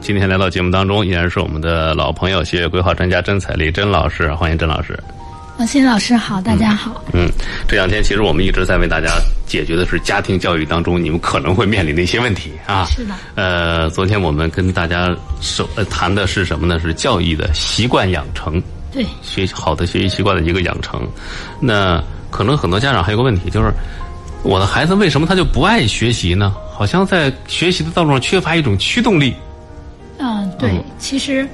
今天来到节目当中，依然是我们的老朋友、学业规划专家甄彩丽甄老师，欢迎甄老师。王鑫哦老师好，大家好。嗯，这两天其实我们一直在为大家解决的是家庭教育当中你们可能会面临的一些问题啊。是的。呃，昨天我们跟大家说、呃、谈的是什么呢？是教育的习惯养成，对，学好的学习习惯的一个养成。那可能很多家长还有个问题，就是我的孩子为什么他就不爱学习呢？好像在学习的道路上缺乏一种驱动力。嗯、对，其实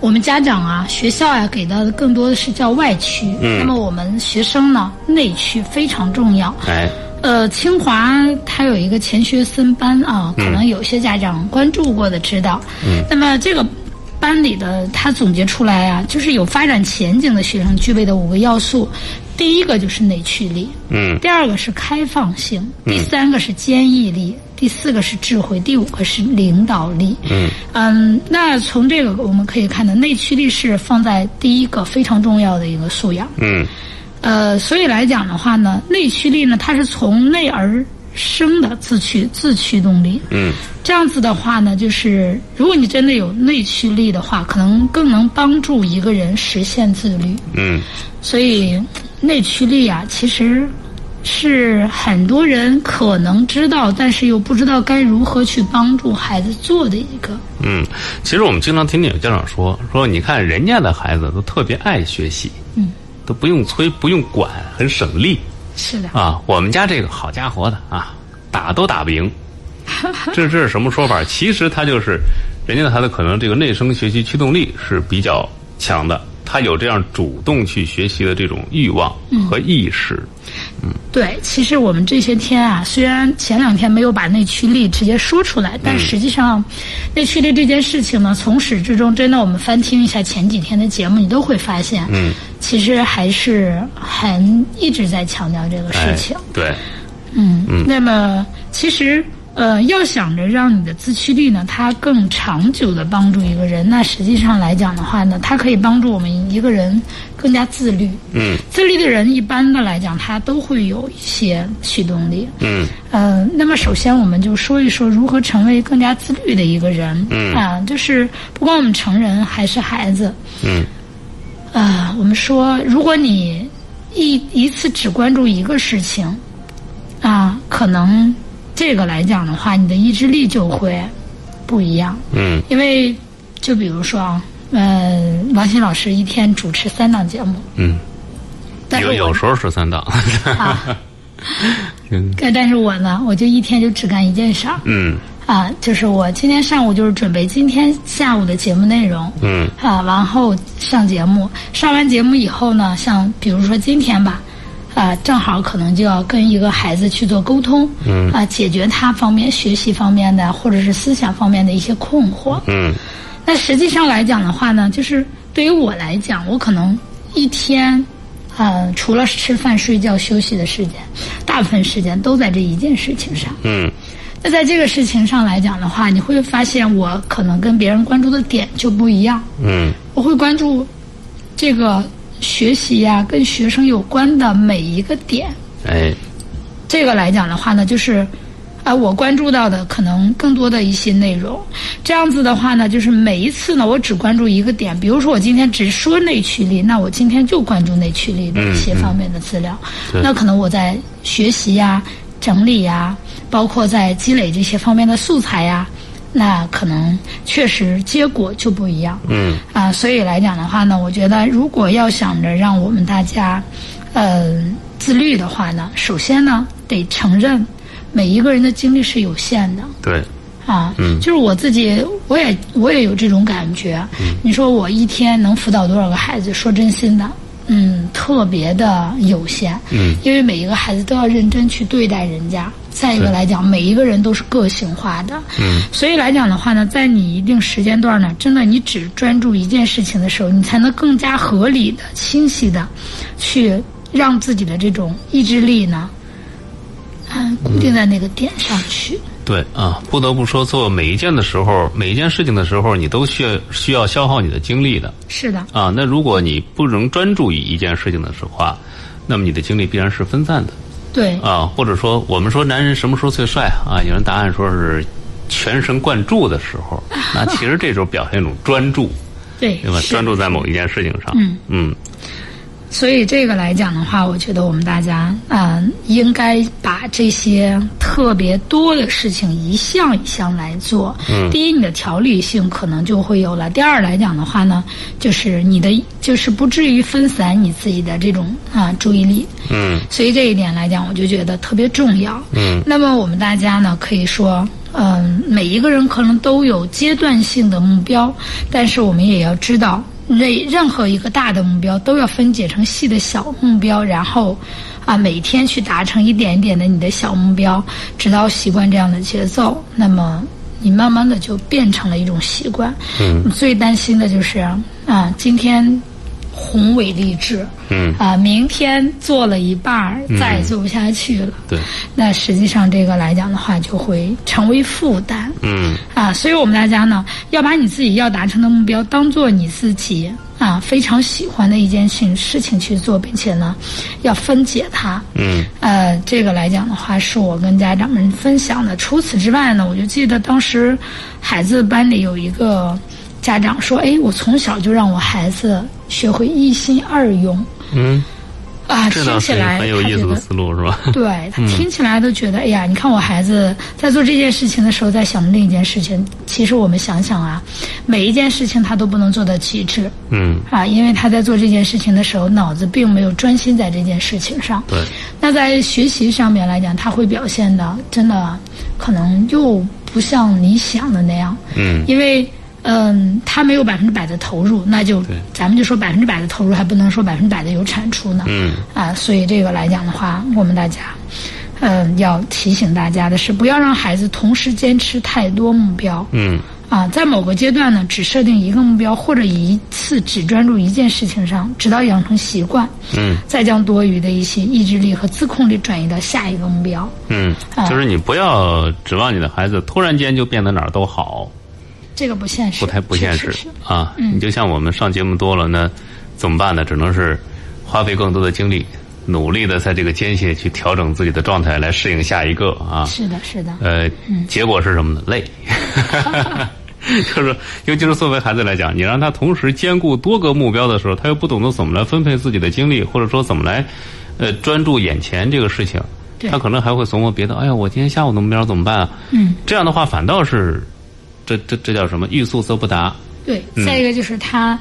我们家长啊，学校呀、给到的更多的是叫外驱，那么我们学生呢，内驱非常重要。哎，呃，清华它有一个钱学森班啊，可能有些家长关注过的知道。嗯。那么这个班里的他总结出来啊，就是有发展前景的学生具备的五个要素，第一个就是内驱力，嗯，第二个是开放性，第三个是坚毅力，第四个是智慧，第五个是领导力。嗯那从这个我们可以看到，内驱力是放在第一个非常重要的一个素养。嗯，呃，所以来讲的话呢，内驱力呢，它是从内而生的自驱自驱动力。嗯，这样子的话呢，就是如果你真的有内驱力的话，可能更能帮助一个人实现自律。嗯，所以内驱力啊，其实是很多人可能知道，但是又不知道该如何去帮助孩子做的一个。嗯，其实我们经常听见有家长说说，你看人家的孩子都特别爱学习，嗯，都不用催，不用管，很省力是的，啊。我们家这个好家伙的啊，打都打不 赢，这这是什么说法？其实他就是人家的孩子，可能这个内生学习驱动力是比较强的，他有这样主动去学习的这种欲望嗯和意识。对，其实我们这些天啊，虽然前两天没有把内驱力直接说出来，但实际上，内驱力这件事情呢，从始至终，真的我们翻听一下前几天的节目，你都会发现，嗯，其实还是很一直在强调这个事哎情。，对，嗯，那么其实呃，要想着让你的自驱力呢，它更长久的帮助一个人，那实际上来讲的话呢，它可以帮助我们一个人更加自律。嗯，自律的人一般的来讲，他都会有一些驱动力。嗯呃，那么首先我们就说一说如何成为更加自律的一个人。嗯啊，就是不管我们成人还是孩子，嗯啊、我们说，如果你一一次只关注一个事情，啊，可能这个来讲的话，你的意志力就会不一样。嗯因为就比如说啊，呃，王鑫老师一天主持三档节目，嗯，但是有我 有时候是三档，啊，嗯但但是我呢，我就一天就只干一件事儿嗯啊，就是我今天上午就是准备今天下午的节目内容，嗯啊，然后上节目，上完节目以后呢，像比如说今天吧，啊，正好可能就要跟一个孩子去做沟通，嗯，啊，解决他方面学习方面的或者是思想方面的一些困惑。嗯那实际上来讲的话呢，就是对于我来讲，我可能一天，呃，除了吃饭、睡觉、休息的时间，大部分时间都在这一件事情上。嗯那在这个事情上来讲的话，你会发现我可能跟别人关注的点就不一样。嗯我会关注这个学习呀、跟学生有关的每一个点。哎，这个来讲的话呢，就是啊，我关注到的可能更多的一些内容。这样子的话呢，就是每一次呢，我只关注一个点。比如说，我今天只说内驱力，那我今天就关注内驱力的一些方面的资料。对那可能我在学习呀、整理呀，包括在积累这些方面的素材呀。那可能确实结果就不一样。嗯。啊，所以来讲的话呢，我觉得如果要想着让我们大家，呃，自律的话呢，首先呢得承认每一个人的精力是有限的对，啊。嗯，就是我自己，我也我也有这种感觉。嗯，你说我一天能辅导多少个孩子？说真心的。嗯，特别的有限。嗯，因为每一个孩子都要认真去对待人家。再一个来讲，每一个人都是个性化的。嗯，所以来讲的话呢，在你一定时间段呢，真的你只专注一件事情的时候，你才能更加合理的、清晰的，去让自己的这种意志力呢，嗯，固定在那个点上去。对啊，不得不说，做每一件的时候，每一件事情的时候，你都需要需要消耗你的精力的是的，啊。那如果你不能专注于一件事情的时候啊，那么你的精力必然是分散的对，啊啊。或者说，我们说男人什么时候最帅啊？有人答案说是全神贯注的时 候，那其实这时候表现一种专注，对，对吧？是专注在某一件事情上，嗯嗯，所以这个来讲的话，我觉得我们大家，嗯、应该把这些特别多的事情一项一项来做。嗯，第一，你的条理性可能就会有了；第二来讲的话呢，就是你的就是不至于分散你自己的这种啊、注意力。嗯，所以这一点来讲，我就觉得特别重要。嗯，那么我们大家呢，可以说，嗯，每一个人可能都有阶段性的目标，但是我们也要知道，那任何一个大的目标都要分解成细的小目标，然后。啊，每天去达成一点一点的你的小目标，直到习惯这样的节奏，那么你慢慢的就变成了一种习惯。嗯，最担心的就是啊，今天宏伟励志，嗯啊，明天做了一半儿，再也做不下去了。对，那实际上这个来讲的话，就会成为负担。嗯啊，所以我们大家呢，要把你自己要达成的目标当做你自己啊非常喜欢的一件事事情去做，并且呢，要分解它。嗯呃，这个来讲的话，是我跟家长们分享的。除此之外呢，我就记得当时孩子班里有一个家长说：“哎，我从小就让我孩子学会一心二用。嗯，”啊，这听倒起是来很有他意觉思的得思路，是吧？ 对他听起来都觉得，哎呀，你看我孩子在做这件事情的时候，在想另一件事情。其实我们想想啊，每一件事情他都不能做到极致嗯，啊，因为他在做这件事情的时候，脑子并没有专心在这件事情上。对，那在学习上面来讲，他会表现的真的可能又不像你想的那样，嗯因为嗯，他没有百分之百的投入，那就对咱们就说百分之百的投入，还不能说百分之百的有产出呢。嗯啊，所以这个来讲的话，我们大家，嗯、要提醒大家的是，不要让孩子同时坚持太多目标。嗯啊，在某个阶段呢，只设定一个目标，或者一次只专注一件事情上，直到养成习惯，嗯再将多余的一些意志力和自控力转移到下一个目标。嗯，啊就是你不要指望你的孩子突然间就变得哪儿都好，这个不现实，不太不现实是是是嗯啊。你就像我们上节目多了呢，怎么办呢？只能是花费更多的精力，努力的在这个间歇去调整自己的状态，来适应下一个啊。是的，是的，呃，嗯结果是什么呢？累。 就是，尤其是作为孩子来讲，你让他同时兼顾多个目标的时候，他又不懂得怎么来分配自己的精力，或者说怎么来，呃，专注眼前这个事情，对他可能还会琢磨别的。哎呀，我今天下午的目标怎么办啊？嗯，这样的话反倒是，这这这叫什么？欲速则不达。对。嗯再一个就是他。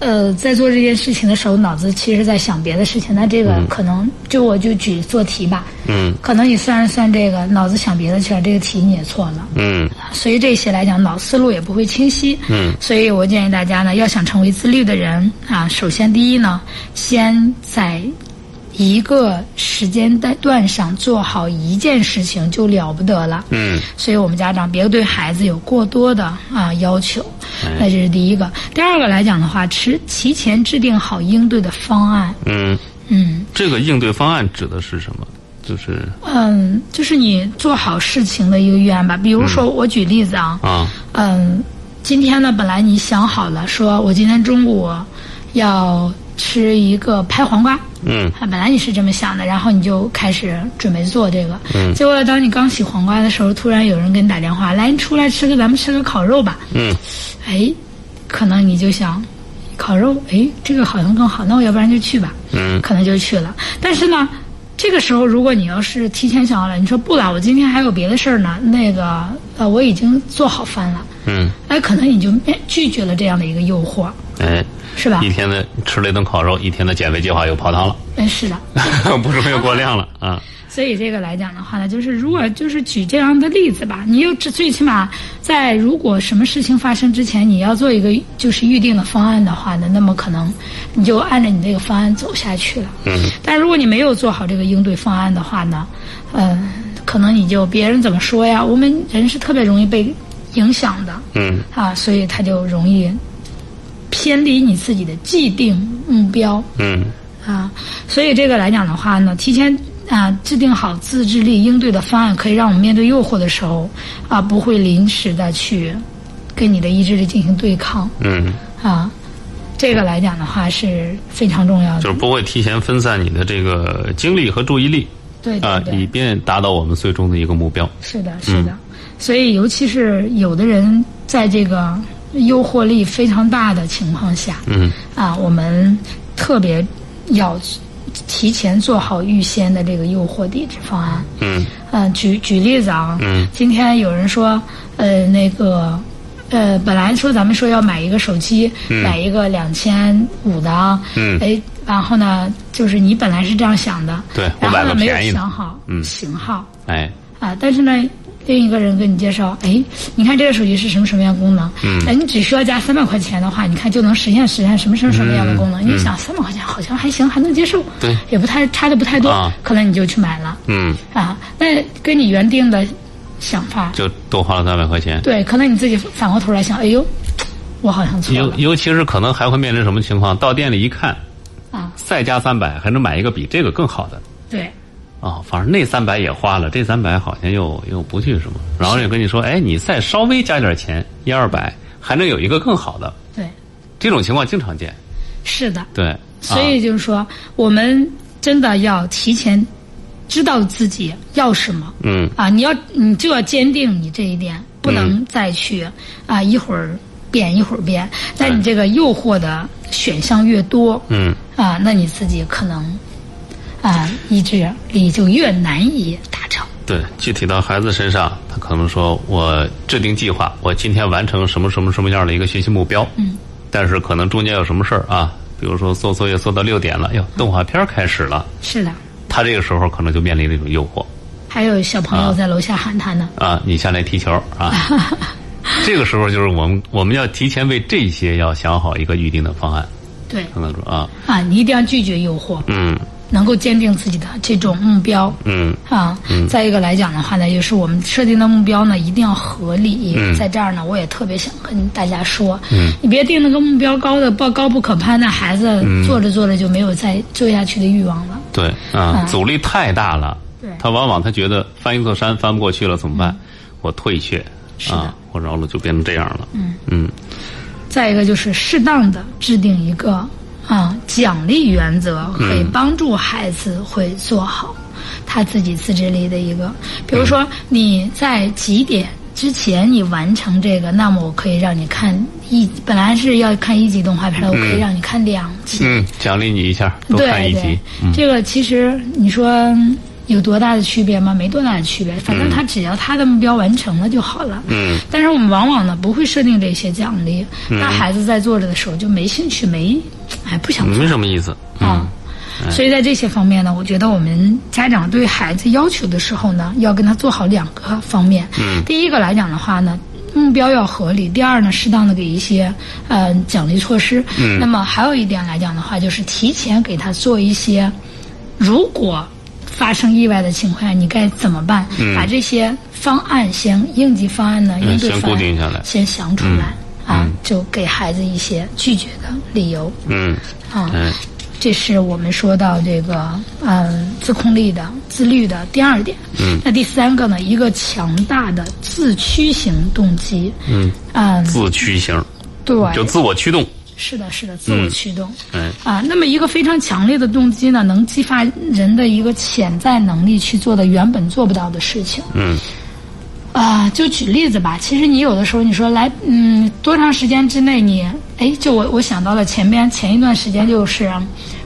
呃，在做这件事情的时候，脑子其实在想别的事情。那这个可能、就我就举做题吧，嗯可能你算着算这个，脑子想别的去了，这个题你也错了。嗯所以这些来讲，脑思路也不会清晰。嗯，所以我建议大家呢，要想成为自律的人啊，首先第一呢，先在一个时间段上做好一件事情就了不得了。嗯所以我们家长别对孩子有过多的啊要求，那这是第一个。第二个来讲的话，持提前制定好应对的方案。嗯，嗯，这个应对方案指的是什么？就是嗯，就是你做好事情的一个预案吧。比如说，我举例子啊，啊，嗯，今天呢，本来你想好了，说我今天中午要吃一个拍黄瓜。嗯啊，本来你是这么想的，然后你就开始准备做这个。嗯。结果当你刚洗黄瓜的时候，突然有人给你打电话，来，你出来吃个，咱们吃个烤肉吧。嗯哎，可能你就想，烤肉，哎，这个好像更好，那我要不然就去吧。嗯可能就去了。但是呢，这个时候如果你要是提前想好了，你说不啦，我今天还有别的事儿呢，那个呃，我已经做好饭了，嗯，哎，可能你就面拒绝了这样的一个诱惑，哎，是吧一？天的吃了一顿烤肉，一天的减肥计划又泡汤了。嗯，是的。 不是没有过量了啊。所以这个来讲的话呢，就是如果就是举这样的例子吧，你又只最起码在如果什么事情发生之前，你要做一个就是预定的方案的话呢，那么可能你就按照你这个方案走下去了。嗯但如果你没有做好这个应对方案的话呢，嗯，可能你就别人怎么说呀？我们人是特别容易被影响的嗯啊，所以他就容易偏离你自己的既定目标嗯啊。所以这个来讲的话呢，提前啊制定好自制力应对的方案，可以让我们面对诱惑的时候啊，不会临时的去跟你的意志力进行对抗嗯，啊。这个来讲的话是非常重要的就。是不会提前分散你的这个精力和注意力。对对啊、对以便达到我们最终的一个目标。是的，是的。所以，尤其是有的人在这个诱惑力非常大的情况下，嗯，啊，我们特别要提前做好预先的这个诱惑抵制方案。嗯嗯，举举例子啊，嗯，今天有人说，呃，那个，呃，本来说咱们说要买一个手机，买一个两千五的啊，嗯哎，然后呢，就是你本来是这样想的，对我然后买呢个没有便宜的想好嗯型号哎，啊，但是呢。另一个人跟你介绍，哎，你看这个手机是什么什么样的功能？嗯，哎，你只需要加三百块钱的话，你看就能实现实现什么什么什么样的功能？你想三百块钱好像还行，还能接受，嗯对也不太差的不太多，啊可能你就去买了。嗯，啊，那跟你原定的想法，就多花了三百块钱。对，可能你自己反过头来想，哎呦，我好像错尤了尤其是可能还会面临什么情况？到店里一看，啊，再加三百，还能买一个比这个更好的。对，啊、反正那三百也花了，这三百好像又又不去什么，然后又跟你说，哎，你再稍微加点钱，一二百，还能有一个更好的，对，这种情况经常见。是的，对，所以啊、就是说，我们真的要提前知道自己要什么，嗯啊，你要你就要坚定你这一点，不能再去、啊一会儿变一会儿变，那对你这个诱惑的选项越多，嗯，啊，那你自己可能啊意志力就越难以达成。对，具体到孩子身上，他可能说我制定计划，我今天完成什么什么什么样的一个学习目标，嗯，但是可能中间有什么事儿啊，比如说做作业做到六点了，哟，动画片儿开始了，是的，他这个时候可能就面临了一种诱惑，还有小朋友在楼下喊他呢。啊，你下来踢球啊。这个时候就是我们我们要提前为这些要想好一个预定的方案。对可能说啊，啊，你一定要拒绝诱惑，嗯能够坚定自己的这种目标。嗯啊，再一个来讲的话呢，就是我们设定的目标呢一定要合理。在这儿呢，我也特别想跟大家说，你别定那个目标高的不高不可攀，那孩子做着做着就没有再做下去的欲望了。对啊，阻力太大了嗯对。嗯他往往他觉得翻一座山翻不过去了怎么办？我退却是的啊，我饶了就变成这样了。嗯嗯再一个就是适当的制定一个啊奖励原则，可以帮助孩子会做好他自己自制力的一个。比如说你在几点之前你完成这个，那么我可以让你看一，本来是要看一集动画片的，我可以让你看两集。嗯，奖励你一下，多看对一对集。，嗯这个其实你说。有多大的区别吗？没多大的区别，反正他只要他的目标完成了就好了。嗯，但是我们往往呢不会设定这些奖励，那孩子在做着的时候就没兴趣，没，哎，不想做没什么意思。嗯啊。哎所以在这些方面呢，我觉得我们家长对孩子要求的时候呢，要跟他做好两个方面。嗯，第一个来讲的话呢，目标要合理；第二呢，适当的给一些呃奖励措施。嗯，那么还有一点来讲的话，就是提前给他做一些，如果发生意外的情况下，你该怎么办？把这些方案先应急方案呢，嗯应对先方案固定下来先想出来、啊，就给孩子一些拒绝的理由。嗯啊，嗯这是我们说到这个嗯自控力的自律的第二点。嗯，那第三个呢，一个强大的自驱型动机。嗯，自驱型对，就自我驱动。是的，是的，自我驱动。哎啊，那么一个非常强烈的动机呢，能激发人的一个潜在能力去做的原本做不到的事情。嗯啊，就举例子吧。其实你有的时候你说来，嗯，多长时间之内你，哎，就我我想到了前边前一段时间就是，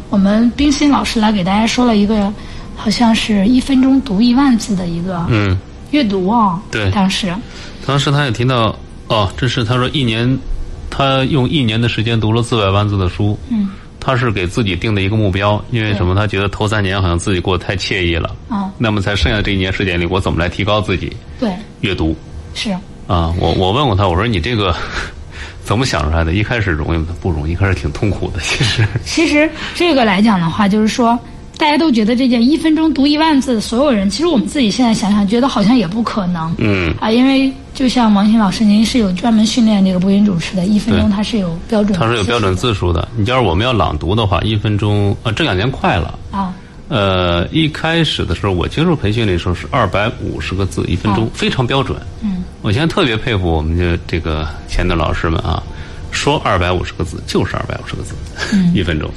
我们冰心老师来给大家说了一个，好像是一分钟读一万字的一个嗯。阅读啊、对当时当时他也提到，哦，这是他说一年，他用一年的时间读了四百万字的书。嗯，他是给自己定的一个目标，因为什么？他觉得头三年好像自己过得太惬意了。啊那么在剩下的这一年时间里，我怎么来提高自己对，阅读？是啊，我我问过他，我说你这个怎么想出来的？一开始容易吗？不容易，一开始挺痛苦的，其实。其实这个来讲的话，就是说，大家都觉得这件一分钟读一万字，所有人，其实我们自己现在想想，觉得好像也不可能。嗯。啊，因为就像王鑫老师，您是有专门训练这个播音主持的，一分钟对它是有标准，他说有标准字数的，你要是我们要朗读的话，一分钟，呃，这两年快了。啊，呃，一开始的时候，我接受培训的时候是二百五十个字一分哦钟，非常标准。嗯，我现在特别佩服我们的这个前的老师嗯们啊，说二百五十个字就是二百五十个字，一分钟。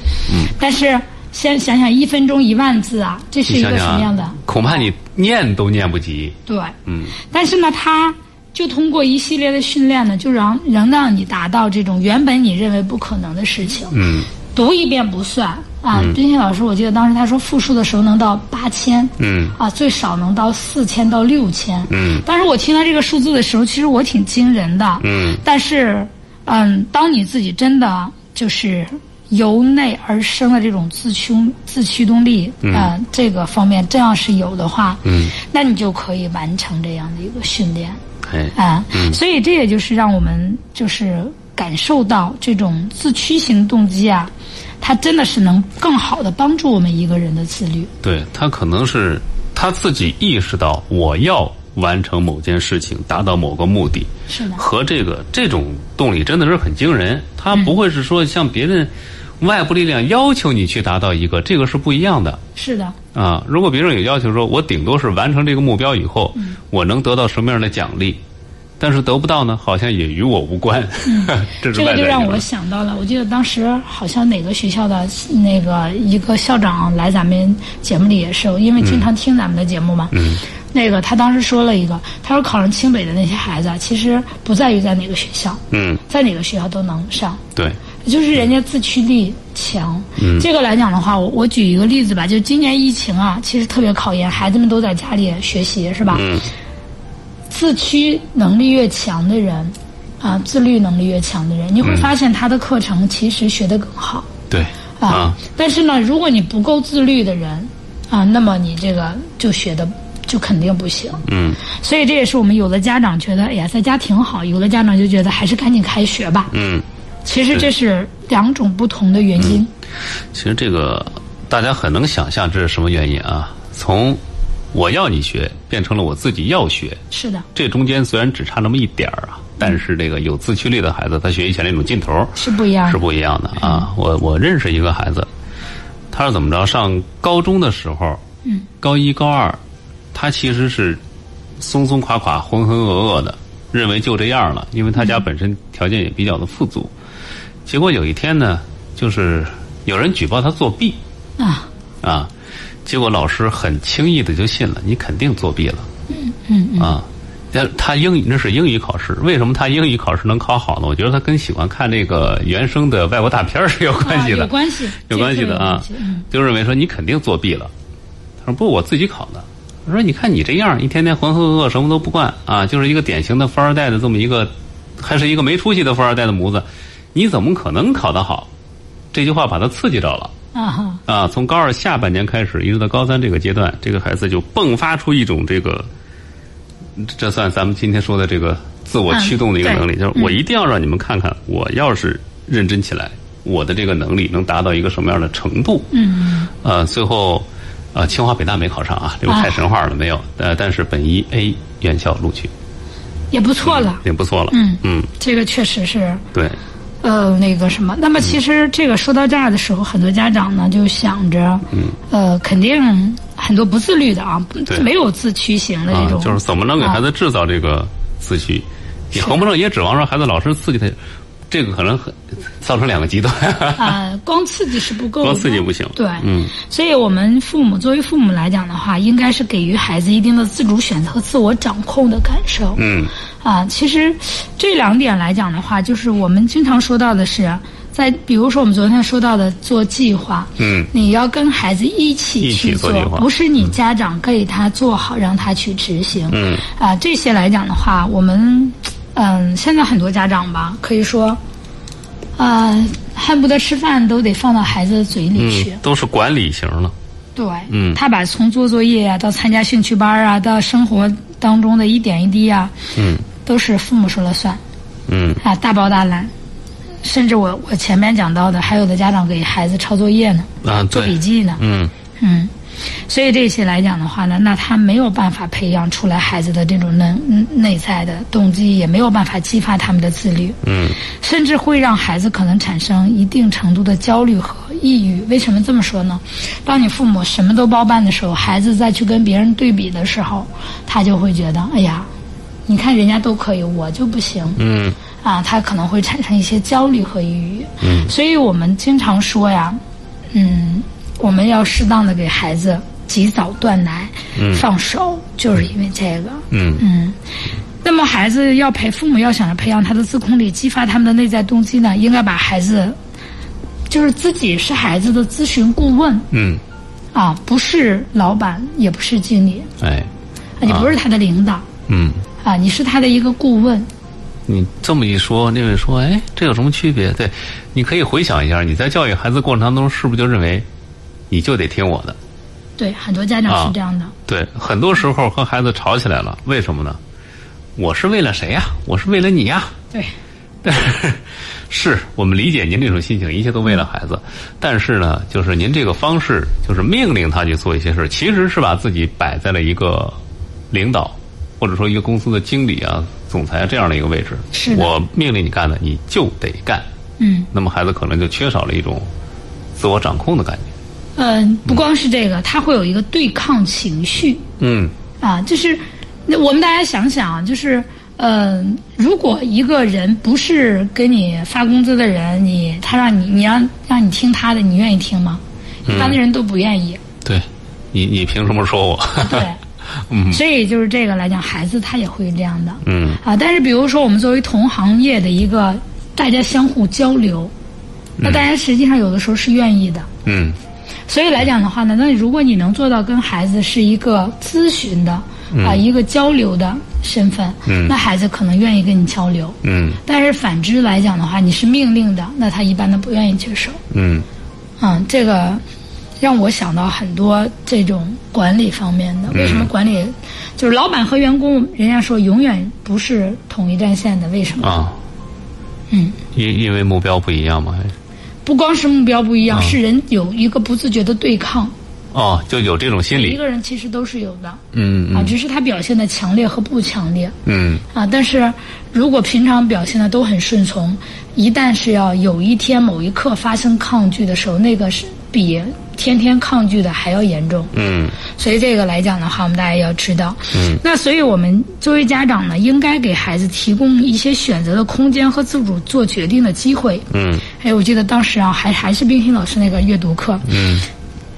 但是。先想想一分钟一万字啊，这是你一想个什想么样的？啊，恐怕你念都念不及。对，嗯，但是呢，它就通过一系列的训练呢，就让能让你达到这种原本你认为不可能的事情。嗯，读一遍不算啊。冰心老师，我记得当时他说复述的时候能到八千，嗯，啊，最少能到四千到六千，嗯。当时我听到这个数字的时候，其实我挺惊人的，嗯。但是，嗯，当你自己真的就是。由内而生的这种自驱自驱动力，嗯、这个方面，这样是有的话，嗯，那你就可以完成这样的一个训练。哎，啊，所以这也就是让我们就是感受到这种自驱型动机啊，它真的是能更好的帮助我们一个人的自律。对他可能是他自己意识到我要完成某件事情，达到某个目的，是的和这个这种动力真的是很惊人。他不会是说像别人外部力量要求你去达到一个，这个是不一样的。是的，啊，如果别人有要求说，我顶多是完成这个目标以后，嗯我能得到什么样的奖励，但是得不到呢，好像也与我无关。 这是嗯这外个在就让因素我想到了，我记得当时好像哪个学校的那个一个校长来咱们节目里也是，因为经常听咱们的节目嘛。嗯。那个他当时说了一个，他说考上清北的那些孩子啊，其实不在于在哪个学校，嗯，在哪个学校都能上。对，就是人家自驱力强。嗯这个来讲的话，我我举一个例子吧，就今年疫情啊，其实特别考验，孩子们都在家里学习，是吧？嗯自驱能力越强的人，啊，自律能力越强的人，你会嗯发现他的课程其实学得更好对，啊。啊，但是呢，如果你不够自律的人，啊，那么你这个就学的就肯定不行。嗯，所以这也是我们有的家长觉得，哎呀，在家挺好；有的家长就觉得还是赶紧开学吧。嗯。其实这是两种不同的原因。其实这个大家很能想象这是什么原因啊？从我要你学变成了我自己要学，是的，这中间虽然只差那么一点儿啊，但是这个有自驱力的孩子，他学习起来那种劲头儿是不一样是的。不一样的啊。我我认识一个孩子，他是怎么着？上高中的时候，嗯，高一高二，他其实是松松垮垮、浑浑噩噩的，认为就这样了，因为他家本身条件也比较的富足。结果有一天呢，就是有人举报他作弊啊，啊，结果老师很轻易的就信了，你肯定作弊了。嗯嗯啊。但他英语那是英语考试，为什么他英语考试能考好呢？我觉得他跟喜欢看那个原声的外国大片儿是有关系啊的，有关系，有关系的啊这个有关系嗯，就认为说你肯定作弊了。他说不，我自己考的。我说你看你这样，一天天浑浑噩噩，什么都不干啊，就是一个典型的富二代的这么一个，还是一个没出息的富二代的模子，你怎么可能考得好？这句话把他刺激着了。啊哈，啊，从高二下半年开始，一直到高三这个阶段，这个孩子就迸发出一种这个，这算咱们今天说的这个自我驱动的一个嗯对能力，就是我一定要让你们看看，我要是认真起来，我的这个能力能达到一个什么样的程度。嗯，呃，最后，呃，清华北大没考上啊，这个哦太神话了，没有。呃，但是本一 A 院校录取也不错了。也不错了。嗯嗯，这个确实是，对，呃，那个什么。嗯那么其实这个说到这儿的时候，很多家长呢就想着，呃，肯定很多不自律的啊，不嗯对没有自驱型的这啊种，，啊就是怎么能给孩子制造这个自驱？你横不正也指望说孩子老是刺激他，这个可能很造成两个极端。啊，光刺激是不够的，光刺激不行对，嗯，所以我们父母作为父母来讲的话，应该是给予孩子一定的自主选择和自我掌控的感受。嗯，啊，其实这两点来讲的话，就是我们经常说到的是，在比如说我们昨天说到的做计划，嗯，你要跟孩子一起一起去做做，计划不是你家长给他做好让他去执行，嗯，啊，这些来讲的话，我们嗯，现在很多家长吧，可以说。啊、恨不得吃饭都得放到孩子的嘴里去。嗯，都是管理型了。对，嗯他把从做作业啊，到参加兴趣班啊，到生活当中的一点一滴啊，嗯都是父母说了算嗯，啊，大包大揽。甚至我我前面讲到的，还有的家长给孩子抄作业呢，啊做对笔记呢，嗯，嗯，所以这些来讲的话呢，那他没有办法培养出来孩子的这种内内在的动机，也没有办法激发他们的自律，嗯，甚至会让孩子可能产生一定程度的焦虑和抑郁。为什么这么说呢？当你父母什么都包办的时候，孩子再去跟别人对比的时候，他就会觉得，哎呀，你看人家都可以，我就不行，嗯，啊，他可能会产生一些焦虑和抑郁。嗯，所以我们经常说呀，嗯，我们要适当的给孩子及早断奶、放手，就是因为这个。嗯嗯，那么孩子要培父母要想着培养他的自控力，激发他们的内在动机呢，应该把孩子，就是自己是孩子的咨询顾问嗯，啊，不是老板，也不是经理，哎，啊你不是他的领导嗯，啊，你是他的一个顾问。你这么一说，那位说，哎，这有什么区别？对，你可以回想一下，你在教育孩子过程当中，是不是就认为你就得听我的？对，很多家长啊是这样的。对，很多时候和孩子吵起来了，为什么呢？我是为了谁呀、我是为了你呀、对，是我们理解您这种心情，一切都为了孩子。但是呢，就是您这个方式，就是命令他去做一些事儿，其实是把自己摆在了一个领导或者说一个公司的经理啊、总裁啊这样的一个位置。是的我命令你干的，你就得干。嗯。那么孩子可能就缺少了一种自我掌控的感觉。嗯，不光是这个，他会有一个对抗情绪嗯啊，就是那我们大家想想啊，就是嗯、如果一个人不是给你发工资的人，你他让你你让让你听他的，你愿意听吗？一般的人都不愿意，对，你你凭什么说我？ 对。所以就是这个来讲，孩子他也会这样的。嗯啊，但是比如说我们作为同行业的一个大家相互交流，那大家实际上有的时候是愿意的。嗯所以来讲的话呢，那如果你能做到跟孩子是一个咨询的啊、一个交流的身份，嗯那孩子可能愿意跟你交流。嗯但是反之来讲的话，你是命令的，那他一般都不愿意接受。嗯嗯，这个让我想到很多这种管理方面嗯的。为什么管理、就是老板和员工，人家说永远不是统一战线的？为什么？啊，嗯，因因为目标不一样嘛。还是不光是目标不一啊样，是人有一个不自觉的对抗。哦，就有这种心每一理。个人其实都是有的。嗯啊，嗯只是他表现的强烈和不强烈嗯啊。但是如果平常表现的都很顺从，一旦是要有一天某一刻发生抗拒的时候，那个是比天天抗拒的还要严重。嗯所以这个来讲的话，我们大家要知道。嗯，那所以我们作为家长呢，应该给孩子提供一些选择的空间和自主做决定的机会。嗯哎，我记得当时啊，还还是冰心老师那个阅读课，嗯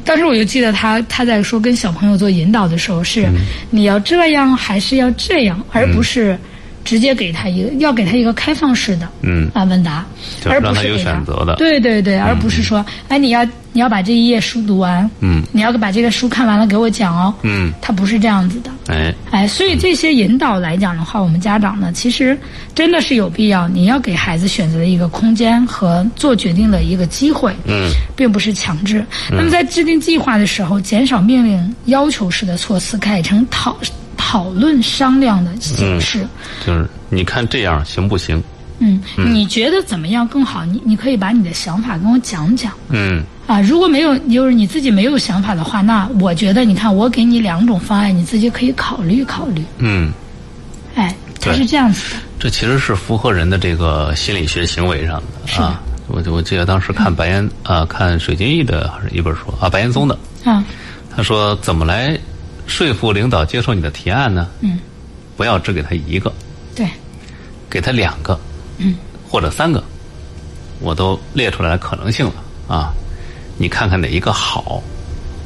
当时我就记得他他在说跟小朋友做引导的时候是，嗯你要这样还是要这样，而不是直接给他一个要给他一个开放式的嗯，啊问答，就是而不让他是有给他选择的对对对，而不是说哎你要你要把这一页书读完，嗯，你要把这个书看完了给我讲哦，嗯，他不是这样子的。哎，哎，所以这些引导来讲的话，我们家长呢，其实真的是有必要，你要给孩子选择一个空间和做决定的一个机会，嗯，并不是强制。那么在制定计划的时候，减少命令要求式的措辞，改成讨讨论商量的形式。就是你看这样行不行？嗯，你觉得怎么样更好？你你可以把你的想法跟我讲讲。嗯啊，如果没有，就是你自己没有想法的话，那我觉得，你看，我给你两种方案，你自己可以考虑考虑。嗯，哎，它对是这样子的。这其实是符合人的这个心理学行为上的啊。我我记得当时看白岩啊、看水晶毅的还是一本书啊，白岩松的，啊，他说怎么来说服领导接受你的提案呢？嗯，不要只给他一个，对，给他两个，嗯，或者三个，我都列出来可能性了啊。你看看哪一个好，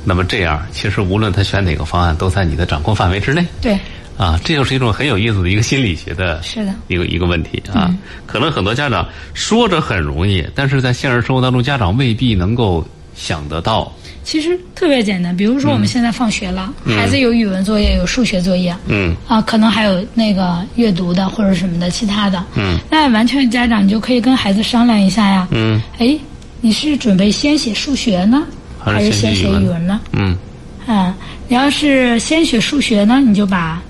那么这样其实无论他选哪个方案，都在你的掌控范围之内对，啊。这就是一种很有意思的一个心理学的，是的一个一个问题啊。可能很多家长说着很容易，但是在现实生活当中，家长未必能够想得到。其实特别简单。比如嗯说我们现在放学了，孩子有语文作业，有数学作业，嗯啊，可能还有那个阅读的或者什么的其他的，嗯，那完全家长你就可以跟孩子商量一下呀，嗯，哎，你是准备先写数学呢，还是还是先先写写语文语文呢？嗯啊，你要是先学数学呢，你就把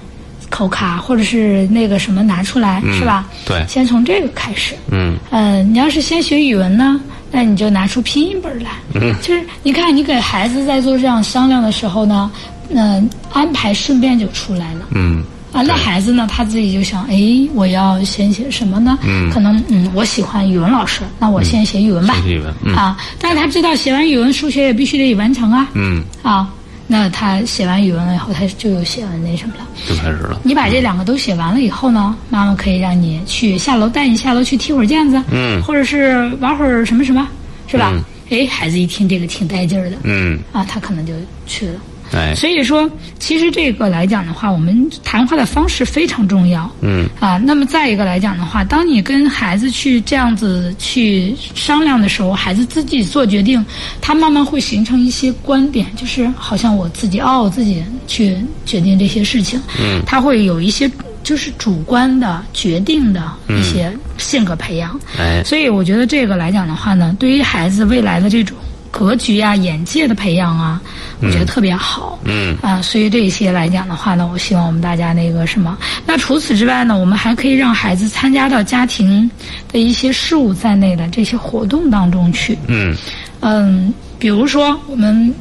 口卡或者是那个什么拿出来，是吧？嗯对先从这个开始。嗯嗯，你要是先学语文呢，那你就拿出拼音本儿来。嗯，就是你看，你给孩子在做这样商量的时候呢，嗯、安排顺便就出来了。嗯啊，那孩子呢，他自己就想，哎，我要先写什么呢？嗯，可能嗯，我喜欢语文老师，那我先写语文吧。嗯写语文嗯啊，但是他知道写完语文，数学也必须得完成啊。嗯，啊，那他写完语文了以后，他就有写完那什么了。就开始了。你把这两个都写完了以后呢，妈妈可以让你去下楼，带你下楼去踢会儿毽子，嗯或者是玩会儿什么什么，是吧？哎，孩子一听这个挺带劲儿的，嗯，啊，他可能就去了。哎，所以说，其实这个来讲的话，我们谈话的方式非常重要。嗯，啊，那么再一个来讲的话，当你跟孩子去这样子去商量的时候，孩子自己做决定，他慢慢会形成一些观点，就是好像我自己哦，我自己去决定这些事情。嗯，他会有一些就是主观的决定的一些性格培养。哎，所以我觉得这个来讲的话呢，对于孩子未来的这种格局啊、眼界的培养啊，我觉得特别好。嗯，啊，所以这些来讲的话呢，我希望我们大家那个什么，那除此之外呢，我们还可以让孩子参加到家庭的一些事务在内的这些活动当中去。嗯，嗯，比如说我们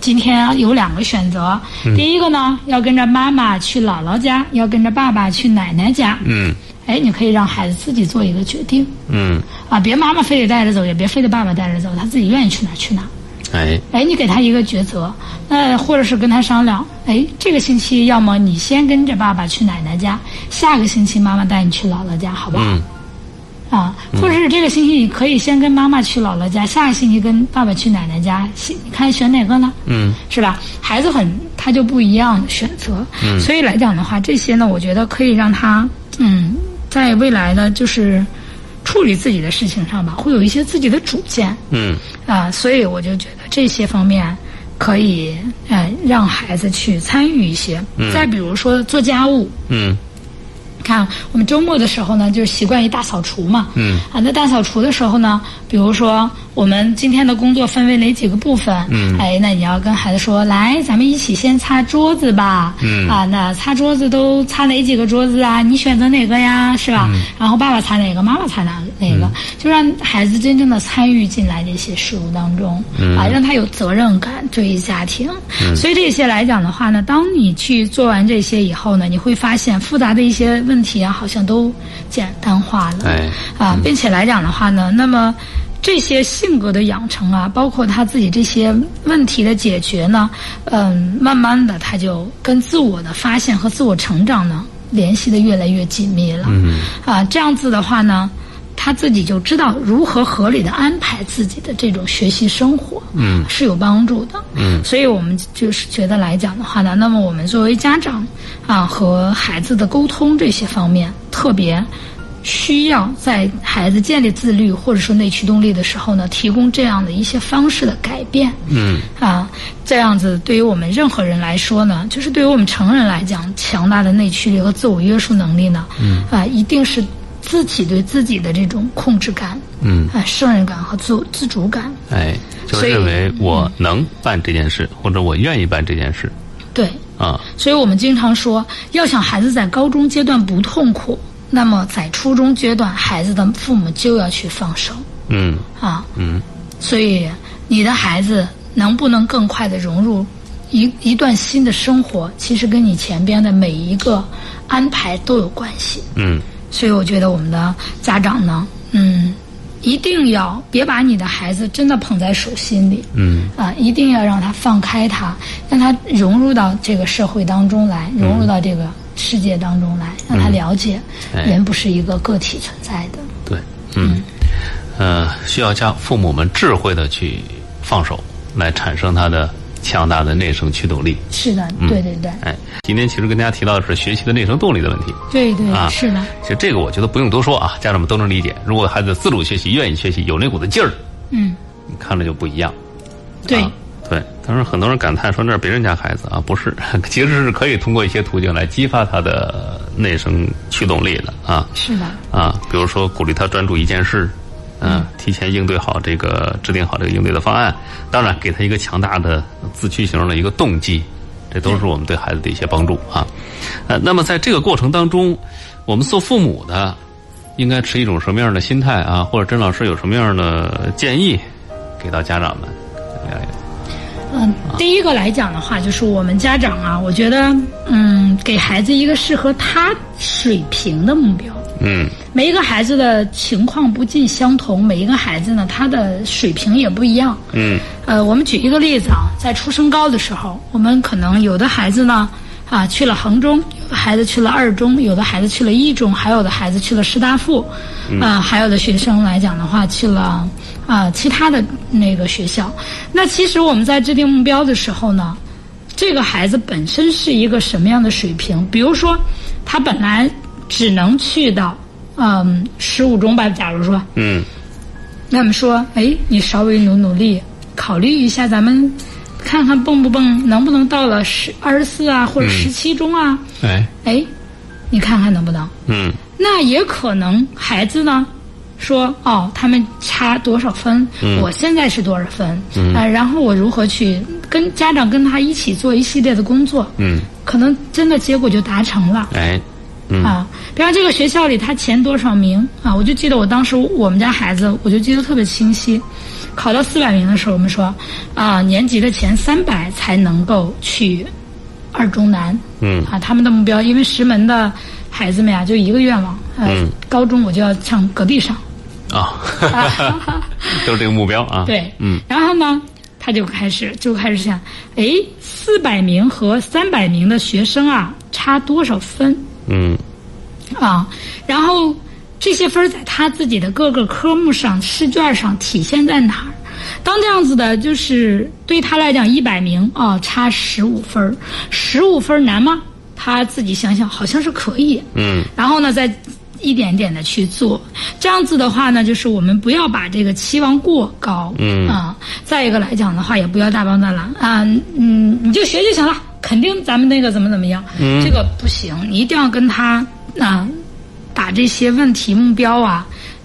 今天啊有两个选择，第一个呢，要跟着妈妈去姥姥家，要跟着爸爸去奶奶家。嗯，哎，你可以让孩子自己做一个决定嗯，啊，别妈妈非得带着走，也别非得爸爸带着走，他自己愿意去哪儿去哪儿。哎，哎，你给他一个抉择，那或者是跟他商量，哎，这个星期要么你先跟着爸爸去奶奶家，下个星期妈妈带你去姥姥家，好不好？嗯啊，或者是这个星期你可以先跟妈妈去姥姥家，下个星期跟爸爸去奶奶家，你看选哪个呢？嗯，是吧？孩子很他就不一样的选择，嗯，所以来讲的话，这些呢，我觉得可以让他嗯，在未来呢，就是处理自己的事情上吧，会有一些自己的主见，嗯，啊，所以我就觉得这些方面可以呃让孩子去参与一些。再比如说做家务，嗯，看我们周末的时候呢，就是习惯于大扫除嘛。嗯。啊，那大扫除的时候呢，比如说我们今天的工作分为哪几个部分？嗯。哎，那你要跟孩子说，来，咱们一起先擦桌子吧。嗯。啊，那擦桌子都擦哪几个桌子啊？你选择哪个呀？是吧？然后爸爸擦哪个，妈妈擦哪哪个，就让孩子真正的参与进来这些事物当中，啊，让他有责任感对于家庭。所以这些来讲的话呢，当你去做完这些以后呢，你会发现复杂的一些问题啊，好像都简单化了。哎啊，并且来讲的话呢，那么这些性格的养成啊，包括他自己这些问题的解决呢，嗯，慢慢的他就跟自我的发现和自我成长呢联系的越来越紧密了。嗯，啊，这样子的话呢。他自己就知道如何合理的安排自己的这种学习生活，嗯，是有帮助的，嗯，所以我们就是觉得来讲的话呢，那么我们作为家长啊和孩子的沟通这些方面，特别需要在孩子建立自律或者说内驱动力的时候呢，提供这样的一些方式的改变，嗯，啊，这样子对于我们任何人来说呢，就是对于我们成人来讲，强大的内驱力和自我约束能力呢，嗯，啊，一定是自己对自己的这种控制感，嗯，啊，胜任感和自我自主感，哎，就所以认为我能办这件事，或者我愿意办这件事对，啊，所以我们经常说，要想孩子在高中阶段不痛苦，那么在初中阶段，孩子的父母就要去放手，嗯啊，嗯，所以你的孩子能不能更快的融入一一段新的生活，其实跟你前边的每一个安排都有关系。嗯所以我觉得我们的家长呢，嗯，一定要别把你的孩子真的捧在手心里，嗯，啊，一定要让他放开他，让他融入到这个社会当中来，嗯融入到这个世界当中来，让他了解哎人不是一个个体存在的。对，嗯，呃，需要家父母们智慧的去放手，来产生他的强大的内生驱动力。是的，对对对，哎，今天其实跟大家提到的是学习的内生动力的问题。对对、啊是的。其实这个我觉得不用多说啊，家长们都能理解。如果孩子自主学习、愿意学习，有那股子劲儿，嗯，你看着就不一样。对，啊对，当然很多人感叹说那是别人家孩子啊，不是，其实是可以通过一些途径来激发他的内生驱动力的啊是的，啊，比如说鼓励他专注一件事，嗯、提前应对好这个，制定好这个应对的方案，当然给他一个强大的自驱型的一个动机，这都是我们对孩子的一些帮助啊。呃，那么在这个过程当中，我们做父母的应该持一种什么样的心态啊？或者甄老师有什么样的建议给到家长们？哎嗯，第一个来讲的话，就是我们家长啊，我觉得，嗯，给孩子一个适合他水平的目标。嗯每一个孩子的情况不尽相同，每一个孩子呢，他的水平也不一样。嗯呃，我们举一个例子啊，在初升高的时候，我们可能有的孩子呢，啊，去了衡中，有的孩子去了二中，有的孩子去了一中，还有的孩子去了师大附，啊、还有的学生来讲的话去了啊、其他的那个学校。那其实我们在制定目标的时候呢，这个孩子本身是一个什么样的水平？比如说，他本来只能去到嗯十五中吧，假如说，嗯那么说，哎，你稍微努努力，考虑一下，咱们看看蹦不蹦，能不能到了十二十四啊，或者十七中啊？哎哎、你看看能不能？嗯那也可能孩子呢说，哦，他们差多少分，我现在是多少分，嗯、然后我如何去跟家长跟他一起做一系列的工作，嗯可能真的结果就达成了。哎嗯啊，比方这个学校里他前多少名啊？我就记得我当时我们家孩子，我就记得特别清晰。考到四百名的时候，我们说啊，年级的前三百才能够去二中南嗯啊。他们的目标，因为石门的孩子们呀，就一个愿望，呃，嗯高中我就要上隔壁 上。 啊， 就是这个目标啊。对，嗯，然后呢，他就开始就开始想，哎，四百名和三百名的学生啊，差多少分？嗯啊，然后这些分儿在他自己的各个科目上、试卷上体现在哪儿？当这样子的，就是对他来讲，一百名啊，差十五分儿，十五分儿难吗？他自己想想，好像是可以。嗯然后呢，再一点点的去做。这样子的话呢，就是我们不要把这个期望过高。嗯啊，再一个来讲的话，也不要大包大揽啊，嗯，你就学就行了，肯定咱们那个怎么怎么样，嗯这个不行，你一定要跟他啊，把这些问题目标啊。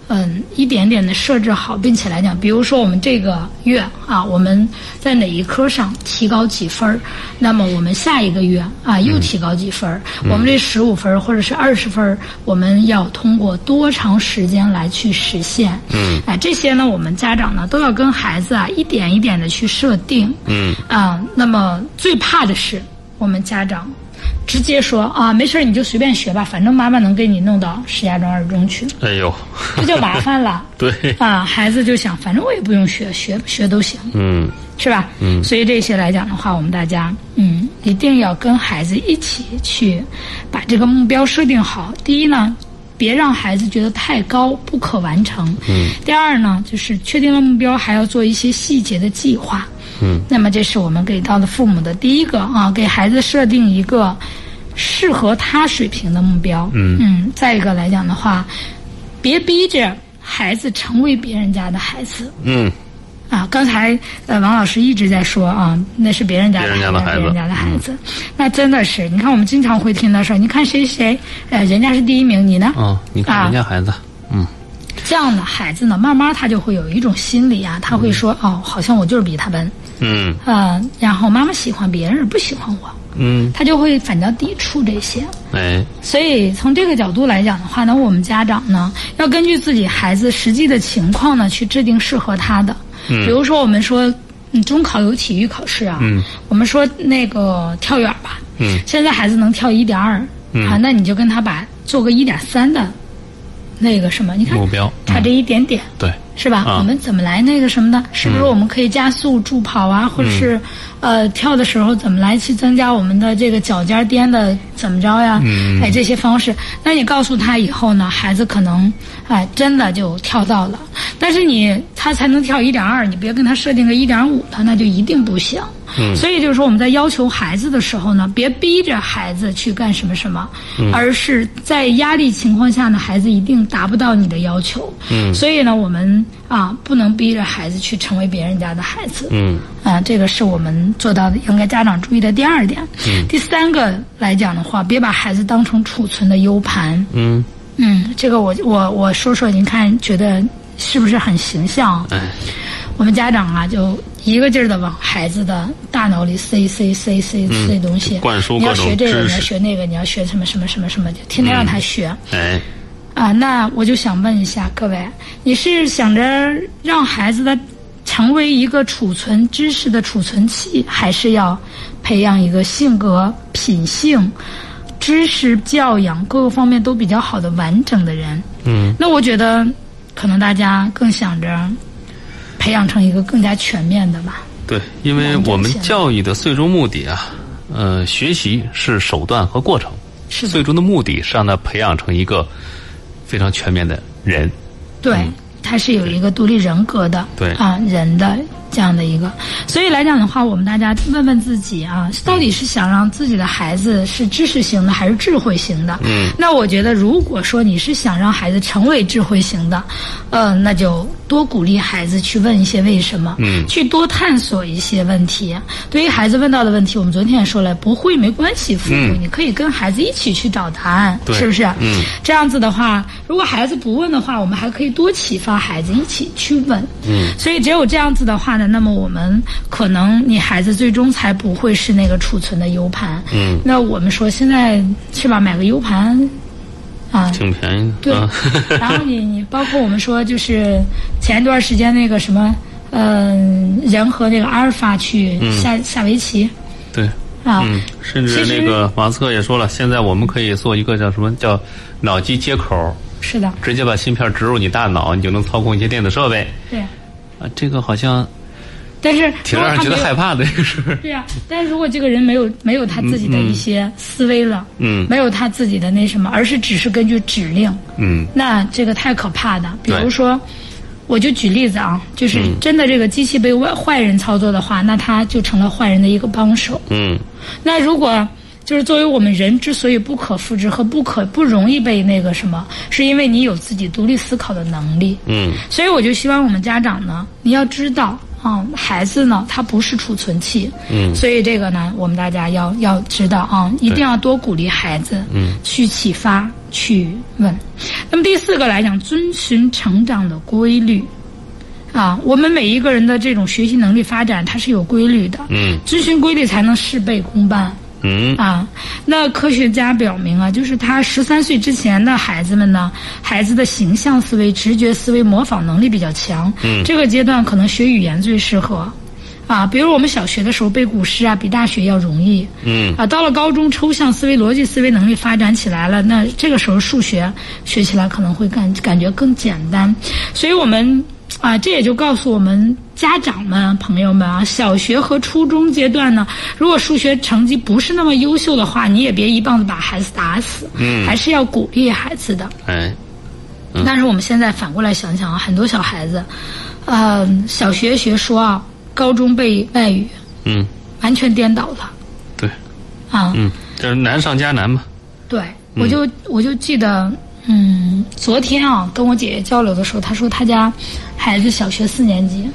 嗯，一点点的设置好，并且来讲，比如说我们这个月啊，我们在哪一科上提高几分儿，那么我们下一个月啊又提高几分儿，我们这十五分儿或者是二十分儿，我们要通过多长时间来去实现？嗯，啊，这些呢，我们家长呢都要跟孩子啊一点一点的去设定。嗯啊，那么最怕的是我们家长直接说啊，没事儿你就随便学吧，反正妈妈能给你弄到石家庄二中去，哎呦，这就麻烦了。对，啊，孩子就想，反正我也不用学，学不学都行，嗯是吧？嗯，所以这些来讲的话，我们大家，嗯，一定要跟孩子一起去把这个目标设定好。第一呢，别让孩子觉得太高不可完成。嗯。第二呢，就是确定了目标，还要做一些细节的计划。嗯。那么这是我们给到的父母的第一个啊，给孩子设定一个适合他水平的目标。嗯。嗯，再一个来讲的话，别逼着孩子成为别人家的孩子。嗯啊，刚才呃，王老师一直在说啊，那是别人家的别人家的孩子嗯别人家的孩子，那真的是，你看我们经常会听到说，你看谁谁，呃，人家是第一名，你呢？啊，你看人家孩子，嗯这样的孩子呢，慢慢他就会有一种心理啊，他会说，哦，好像我就是比他笨，嗯呃，然后妈妈喜欢别人不喜欢我，嗯，他就会反倒抵触这些。哎所以从这个角度来讲的话呢，我们家长呢要根据自己孩子实际的情况呢去制定适合他的。嗯，比如说我们说，嗯，中考有体育考试啊，嗯，我们说那个跳远吧，嗯，现在孩子能跳一点二，啊，那你就跟他把做个一点三的，那个什么，你看目标嗯差这一点点，对，是啊吧？嗯我们怎么来那个什么的？是不是我们可以加速助跑啊，或者是呃跳的时候怎么来去增加我们的这个脚尖颠的怎么着呀？嗯哎，这些方式，那你告诉他以后呢，孩子可能哎真的就跳到了，但是你他才能跳一点二，你别跟他设定个一点五的，那就一定不行。所以就是说我们在要求孩子的时候呢，别逼着孩子去干什么什么，而是在压力情况下呢，孩子一定达不到你的要求。嗯，所以呢，我们啊不能逼着孩子去成为别人家的孩子。嗯啊，这个是我们做到的，应该家长注意的第二点。第三个来讲的话，别把孩子当成储存的 U 盘。嗯，嗯，这个我我我说说，您看觉得是不是很形象？哎我们家长啊，就一个劲儿的往孩子的大脑里塞塞塞塞塞东西，嗯灌输你要各种学这个，知你识要学那个，你要学什么什么什么什么，就天天让他学。哎，啊，那我就想问一下各位，你是想着让孩子的成为一个储存知识的储存器，还是要培养一个性格、品性、知识教养各个方面都比较好的完整的人？嗯，那我觉得可能大家更想着培养成一个更加全面的吧。对，因为我们教育的最终目的啊，呃，学习是手段和过程，是的最终的目的是让他培养成一个非常全面的人。对，他是有一个独立人格的，对啊，人的这样的一个。所以来讲的话，我们大家问问自己啊，到底是想让自己的孩子是知识型的还是智慧型的？嗯，那我觉得，如果说你是想让孩子成为智慧型的，呃，那就多鼓励孩子去问一些为什么，嗯，去多探索一些问题。啊对于孩子问到的问题，我们昨天也说了，不会没关系，父母、你可以跟孩子一起去找答案，对是不是？嗯，这样子的话，如果孩子不问的话，我们还可以多启发孩子一起去问。嗯，所以只有这样子的话呢，那么我们可能你孩子最终才不会是那个储存的 U 盘。嗯，那我们说现在是吧，买个 U 盘啊，挺便宜的， 对啊、，然后你你包括我们说，就是前一段时间那个什么，嗯、人和那个阿尔法去下、下围棋对，啊，嗯，甚至其实那个马斯克也说了，现在我们可以做一个叫什么叫脑机接口，是的，直接把芯片植入你大脑，你就能操控一些电子设备。对。啊，这个好像但是挺如让人果他觉没得有害怕的，这个是。对呀、啊但是如果这个人没有没有他自己的一些思维了，嗯没有他自己的那什么，而是只是根据指令，嗯那这个太可怕的。比对如说，我就举例子啊，就是真的这个机器被外坏人操作的话，那他就成了坏人的一个帮手。嗯，那如果就是作为我们人之所以不可复制和不可不容易被那个什么，是因为你有自己独立思考的能力。嗯，所以我就希望我们家长呢，你要知道。啊、孩子呢，他不是储存器，嗯，所以这个呢，我们大家要要知道啊，一定要多鼓励孩子，嗯，去启发，去问。那么第四个来讲，遵循成长的规律，啊，我们每一个人的这种学习能力发展，它是有规律的，嗯，遵循规律才能事倍功半。嗯，啊，那科学家表明啊，就是他十三岁之前的孩子们呢，孩子的形象思维、直觉思维、模仿能力比较强。嗯，这个阶段可能学语言最适合。啊，比如我们小学的时候背古诗啊，比大学要容易。嗯。啊，到了高中，抽象思维、逻辑思维能力发展起来了，那这个时候数学学起来可能会感感觉更简单。所以我们啊，这也就告诉我们家长们啊、朋友们啊，小学和初中阶段呢，如果数学成绩不是那么优秀的话，你也别一棒子把孩子打死，嗯，还是要鼓励孩子的。哎，但是我们现在反过来想想啊，很多小孩子，呃，小学学说啊，高中背外语，嗯，完全颠倒了对，啊。嗯，这是难上加难嘛。对，嗯我就我就记得，嗯，昨天啊，跟我姐姐交流的时候，她说她家孩子小学四年级，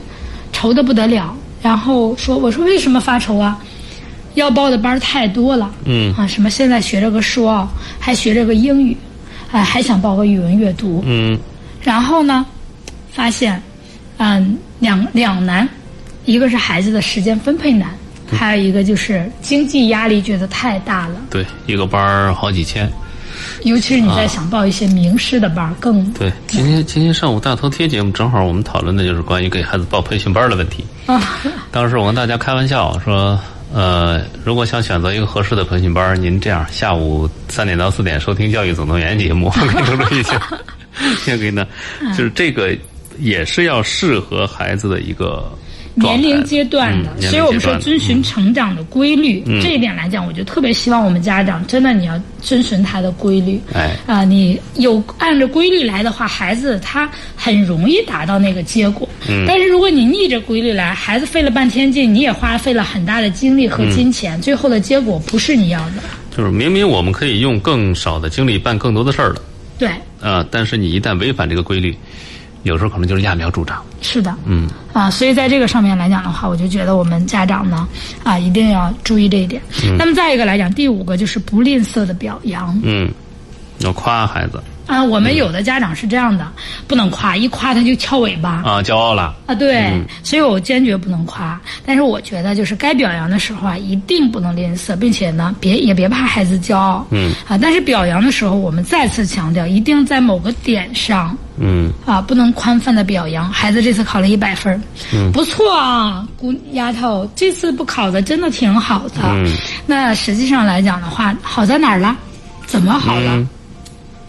愁得不得了。然后说，我说为什么发愁啊？要报的班儿太多了，嗯啊，什么现在学这个数奥，还学这个英语，哎，还想报个语文阅读，嗯然后呢，发现，嗯，两两难，一个是孩子的时间分配难，嗯还有一个就是经济压力觉得太大了。，对，一个班儿好几千。尤其是你在想报一些名师的班儿，更对，今天今天上午大头贴节目正好我们讨论的就是关于给孩子报培训班儿的问题。啊，当时我跟大家开玩笑说，呃，如果想选择一个合适的培训班儿，您这样下午三点到四点收听《教育总动员》节目， 给出出意见。先给呢，就是这个也是要适合孩子的一个状态年龄阶段的嗯，年龄所以我们阶段嗯的说遵循成长的规律，这一点来讲，我就特别希望我们家长真的你要遵循它的规律。哎啊、你有按照规律来的话，孩子他很容易达到那个结果。嗯，但是如果你逆着规律来，孩子费了半天劲，你也花费了很大的精力嗯和金钱，最后的结果不是你要的。就是明明我们可以用更少的精力办更多的事儿了，对，啊，但是你一旦违反这个规律，有时候可能就是揠苗助长。是的，嗯，啊，所以在这个上面来讲的话，我就觉得我们家长呢，啊，一定要注意这一点。那么再一个来讲，第五个就是不吝啬的表扬嗯，要夸孩子啊。我们有的家长是这样的，不能夸，一夸他就翘尾巴啊，骄傲了。啊。对，所以我坚决不能夸。但是我觉得，就是该表扬的时候啊，一定不能吝啬，并且呢，别也别怕孩子骄傲。嗯，啊，但是表扬的时候，我们再次强调，一定在某个点上。嗯，啊，不能宽泛的表扬。孩子这次考了一百分儿，不错啊，姑丫头，这次不考的真的挺好的。那实际上来讲的话，好在哪儿了？嗯怎么好了？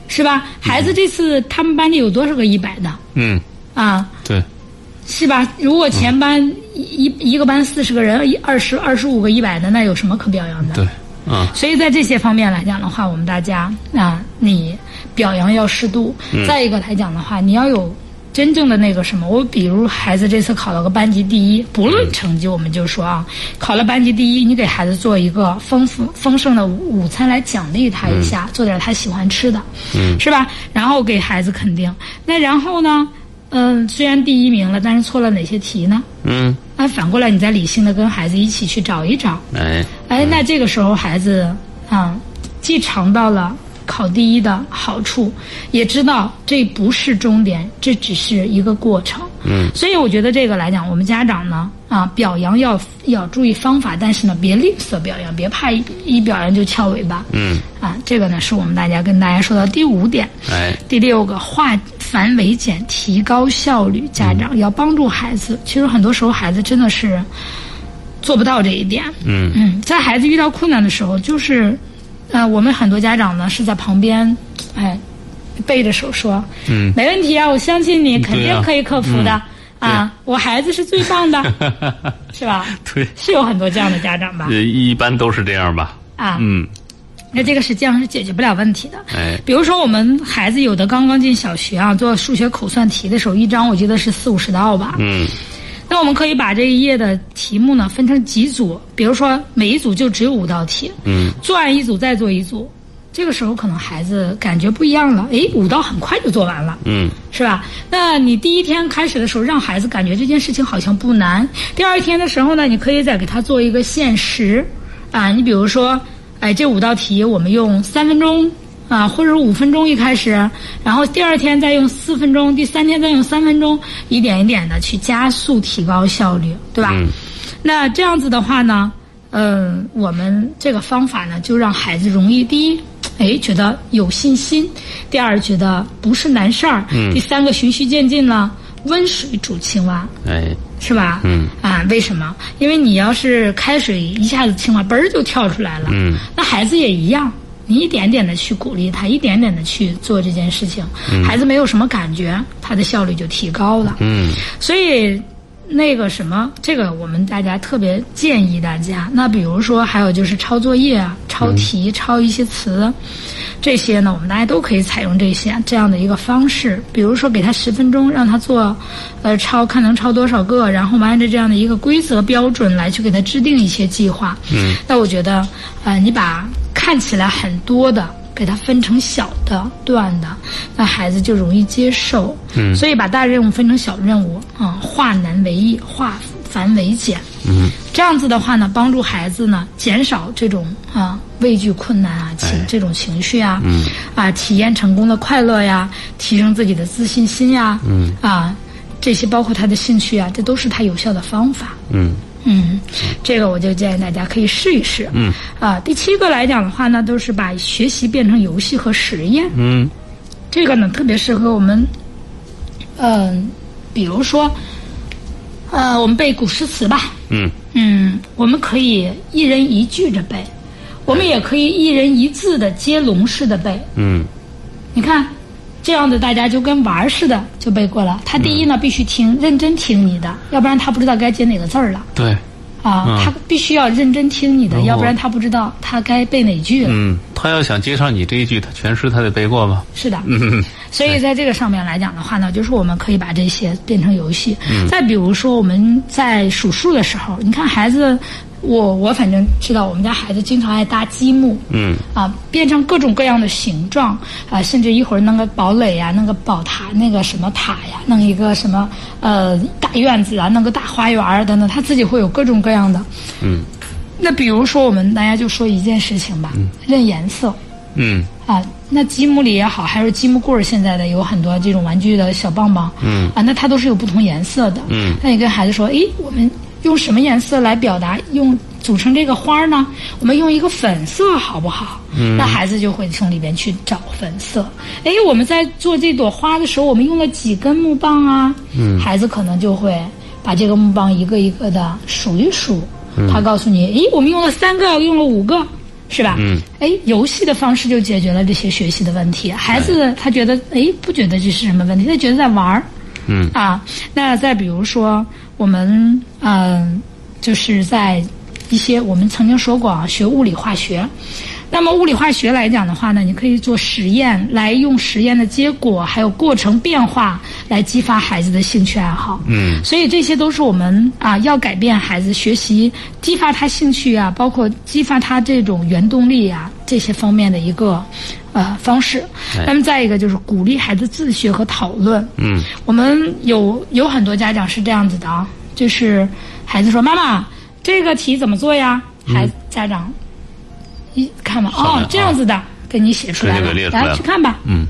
是吧？孩子这次他们班里有多少个一百的嗯，啊？对，是吧？如果全班一、一一个班四十个人，二十二十五个一百的，那有什么可表扬的？对，嗯所以在这些方面来讲的话，我们大家啊，你表扬要适度。再一个来讲的话，你要有真正的那个什么，我比如孩子这次考了个班级第一，不论成绩，我们就说啊，考了班级第一，你给孩子做一个丰富丰盛的午餐来奖励他一下，做点他喜欢吃的，嗯，是吧？然后给孩子肯定。那然后呢？嗯，虽然第一名了，但是错了哪些题呢？嗯，那反过来，你再理性的跟孩子一起去找一找，哎，哎，那这个时候孩子啊、既尝到了考第一的好处，也知道这不是终点，这只是一个过程。嗯，所以我觉得这个来讲，我们家长呢啊，表扬要要注意方法，但是呢，别吝啬表扬，别怕一一表扬就翘尾巴。嗯，啊，这个呢是我们大家跟大家说到第五点。哎，第六个，化繁为简，提高效率。家长要帮助孩子，其实很多时候孩子真的是做不到这一点。嗯 在孩子遇到困难的时候，就是呃，我们很多家长呢是在旁边，哎，背着手说，嗯，没问题啊，我相信你肯定可以克服的。嗯啊，我孩子是最 棒的，是吧？对，是有很多这样的家长吧呃？一般都是这样吧。啊，嗯，那这个实际上是解决不了问题的。哎，比如说，我们孩子有的刚刚进小学啊，做数学口算题的时候，一张我记得是四五十道吧。嗯，那我们可以把这一页的题目呢分成几组，比如说每一组就只有五道题，嗯，做完一组再做一组。这个时候可能孩子感觉不一样了，诶，五道很快就做完了，嗯，是吧？那你第一天开始的时候，让孩子感觉这件事情好像不难。第二天的时候呢，你可以再给他做一个限时，啊，你比如说，哎，这五道题我们用三分钟啊，或者是五分钟一开始，然后第二天再用四分钟，第三天再用三分钟，一点一点的去加速提高效率，对吧？嗯那这样子的话呢，嗯，我们这个方法呢，就让孩子容易第一。哎，觉得有信心；第二，觉得不是难事儿；嗯第三个，循序渐进了，温水煮青蛙。哎，是吧？嗯啊，为什么？因为你要是开水一下子青蛙嘣儿就跳出来了，嗯，那孩子也一样。你一点点的去鼓励他，一点点的去做这件事情，孩子没有什么感觉，他的效率就提高了。嗯，所以那个什么，这个我们大家特别建议大家。那比如说，还有就是抄作业啊、抄题、抄一些词，这些呢，我们大家都可以采用这些这样的一个方式。比如说，给他十分钟，让他做，呃，抄看能抄多少个，然后我们按照这样的一个规则标准来去给他制定一些计划。嗯，那我觉得，呃，你把看起来很多的。给它分成小的段的，那孩子就容易接受。嗯，所以把大任务分成小任务啊、化难为易，化繁为简。嗯，这样子的话呢，帮助孩子呢减少这种啊畏惧困难啊情、这种情绪啊，嗯，啊体验成功的快乐呀，提升自己的自信心呀，嗯，啊这些包括他的兴趣啊，这都是他有效的方法。嗯，嗯，这个我就建议大家可以试一试。嗯，啊，第七个来讲的话呢，都是把学习变成游戏和实验。嗯，这个呢特别适合我们，嗯、比如说，呃，我们背古诗词吧。嗯，嗯，我们可以一人一句的背，我们也可以一人一字的接龙式的背。嗯，你看，这样的大家就跟玩儿似的就背过了。他第一呢，必须听，认真听你的，要不然他不知道该接哪个字儿了。对，啊，嗯他必须要认真听你的，然后要不然他不知道他该背哪句了。嗯，他要想接上你这一句，他全诗他得背过吗？是的，嗯，所以在这个上面来讲的话呢，就是我们可以把这些变成游戏。嗯再比如说我们在数数的时候，你看孩子，我我反正知道我们家孩子经常爱搭积木，嗯，啊，变成各种各样的形状啊，甚至一会儿弄个堡垒呀、弄个宝塔，那个什么塔呀，弄一个什么呃大院子啊，弄个大花园儿等等，他自己会有各种各样的。嗯，那比如说我们大家就说一件事情吧，认颜色。嗯，啊，那积木里也好，还是积木棍儿，现在的有很多这种玩具的小棒棒，嗯，啊，那它都是有不同颜色的，嗯，那你跟孩子说，诶，我们用什么颜色来表达，用组成这个花儿呢？我们用一个粉色好不好？嗯，那孩子就会从里边去找粉色。诶，我们在做这朵花的时候，我们用了几根木棒啊？嗯，孩子可能就会把这个木棒一个一个的数一数，他告诉你，诶，我们用了三个，用了五个。是吧？嗯，哎，游戏的方式就解决了这些学习的问题。孩子他觉得，哎，不觉得这是什么问题，他觉得在玩儿。嗯啊，那再比如说我们嗯、呃就是在一些我们曾经说过啊，学物理化学。那么物理化学来讲的话呢，你可以做实验，来用实验的结果还有过程变化来激发孩子的兴趣爱好。嗯，所以这些都是我们啊要改变孩子学习、激发他兴趣啊，包括激发他这种原动力啊这些方面的一个呃方式。那么再一个就是鼓励孩子自学和讨论。嗯，我们有有很多家长是这样子的啊，就是孩子说：“妈妈，这个题怎么做呀？”孩子、家长。一看吧，嗯上面哦啊，这样子的，给你写出来这了就给列，出来来了去看吧。嗯，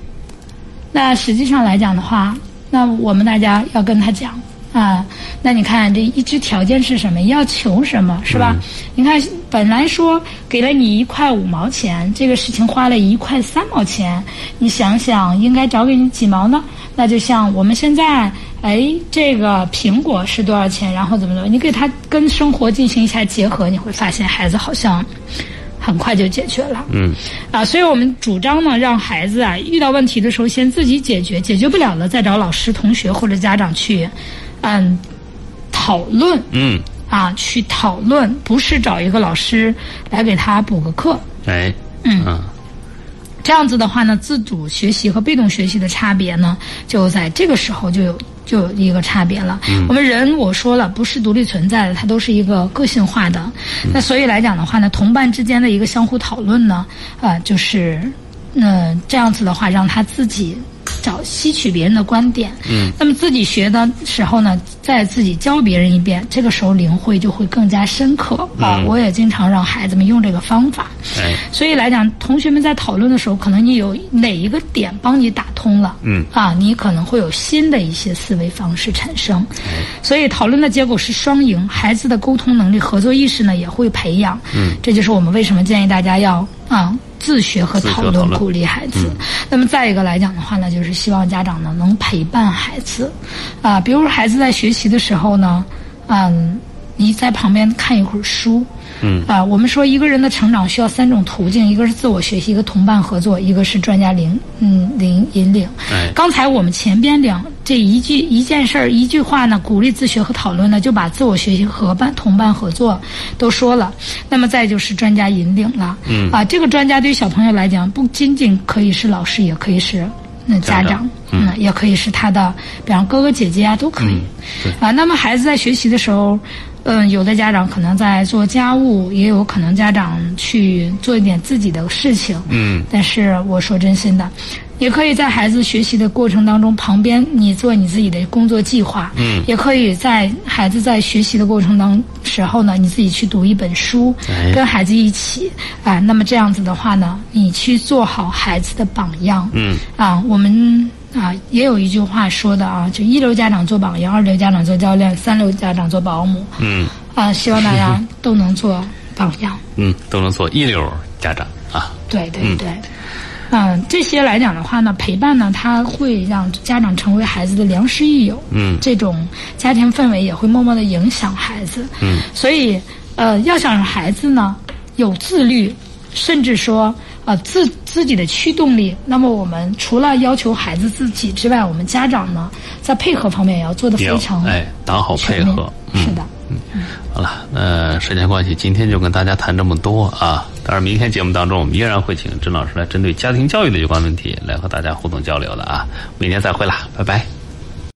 那实际上来讲的话，那我们大家要跟他讲啊，那你看这一支条件是什么？要求什么是吧？你看本来说给了你一块五毛钱，这个事情花了一块三毛钱，你想想应该找给你几毛呢？那就像我们现在。哎，这个苹果是多少钱？然后怎么怎么？你给他跟生活进行一下结合，你会发现孩子好像很快就解决了。嗯，啊，所以我们主张呢，让孩子啊遇到问题的时候先自己解决，解决不了了再找老师、同学或者家长去，嗯，讨论嗯，啊，去讨论，不是找一个老师来给他补个课。哎，嗯这样子的话呢，自主学习和被动学习的差别呢，就在这个时候就有就有一个差别了。我们人我说了，不是独立存在的，它都是一个个性化的。那所以来讲的话呢，同伴之间的一个相互讨论呢，啊，就是，嗯、这样子的话，让他自己找吸取别人的观点。嗯，那么自己学的时候呢，再自己教别人一遍，这个时候领会就会更加深刻啊。我也经常让孩子们用这个方法。哎，所以来讲，同学们在讨论的时候，可能你有哪一个点帮你打通了，嗯，啊，你可能会有新的一些思维方式产生。嗯所以讨论的结果是双赢，孩子的沟通能力、合作意识呢也会培养。嗯，这就是我们为什么建议大家要啊自学和自学讨讨论，论嗯鼓励孩子。那么再一个来讲的话呢，就是希望家长呢能陪伴孩子，啊，比如孩子在学习的时候呢，嗯。你在旁边看一会儿书，嗯，啊，我们说一个人的成长需要三种途径，一个是自我学习，一个同伴合作，一个是专家领，嗯，领引领。哎刚才我们前边两这一句一件事儿一句话呢，鼓励自学和讨论呢，就把自我学习和伴同伴合作都说了。那么再就是专家引领了，嗯，啊，这个专家对于小朋友来讲，不仅仅可以是老师，也可以是那家家长长。嗯，也可以是他的，比方哥哥姐姐啊，都可以。啊，那么孩子在学习的时候，嗯，有的家长可能在做家务，也有可能家长去做一点自己的事情。嗯，但是我说真心的，也可以在孩子学习的过程当中，旁边你做你自己的工作计划。嗯，也可以在孩子在学习的过程当时候呢，你自己去读一本书，哎跟孩子一起啊。那么这样子的话呢，你去做好孩子的榜样。嗯，啊，我们。啊，也有一句话说的啊，就一流家长做榜样，二流家长做教练，三流家长做保姆。嗯啊，希望大家都能做榜样。嗯，都能做一流家长啊，对对对。嗯，这些来讲的话呢，陪伴呢，它会让家长成为孩子的良师益友。嗯这种家庭氛围也会默默的影响孩子。嗯，所以呃，要想让孩子呢有自律，甚至说呃自自己的驱动力，那么我们除了要求孩子自己之外，我们家长呢在配合方面也要做得也非要常哎打好配全面合。嗯是的，好了，那时间关系，今天就跟大家谈这么多啊。当然，明天节目当中，我们依然会请甄老师来针对家庭教育的有关问题来和大家互动交流的啊。明天再会啦，拜拜。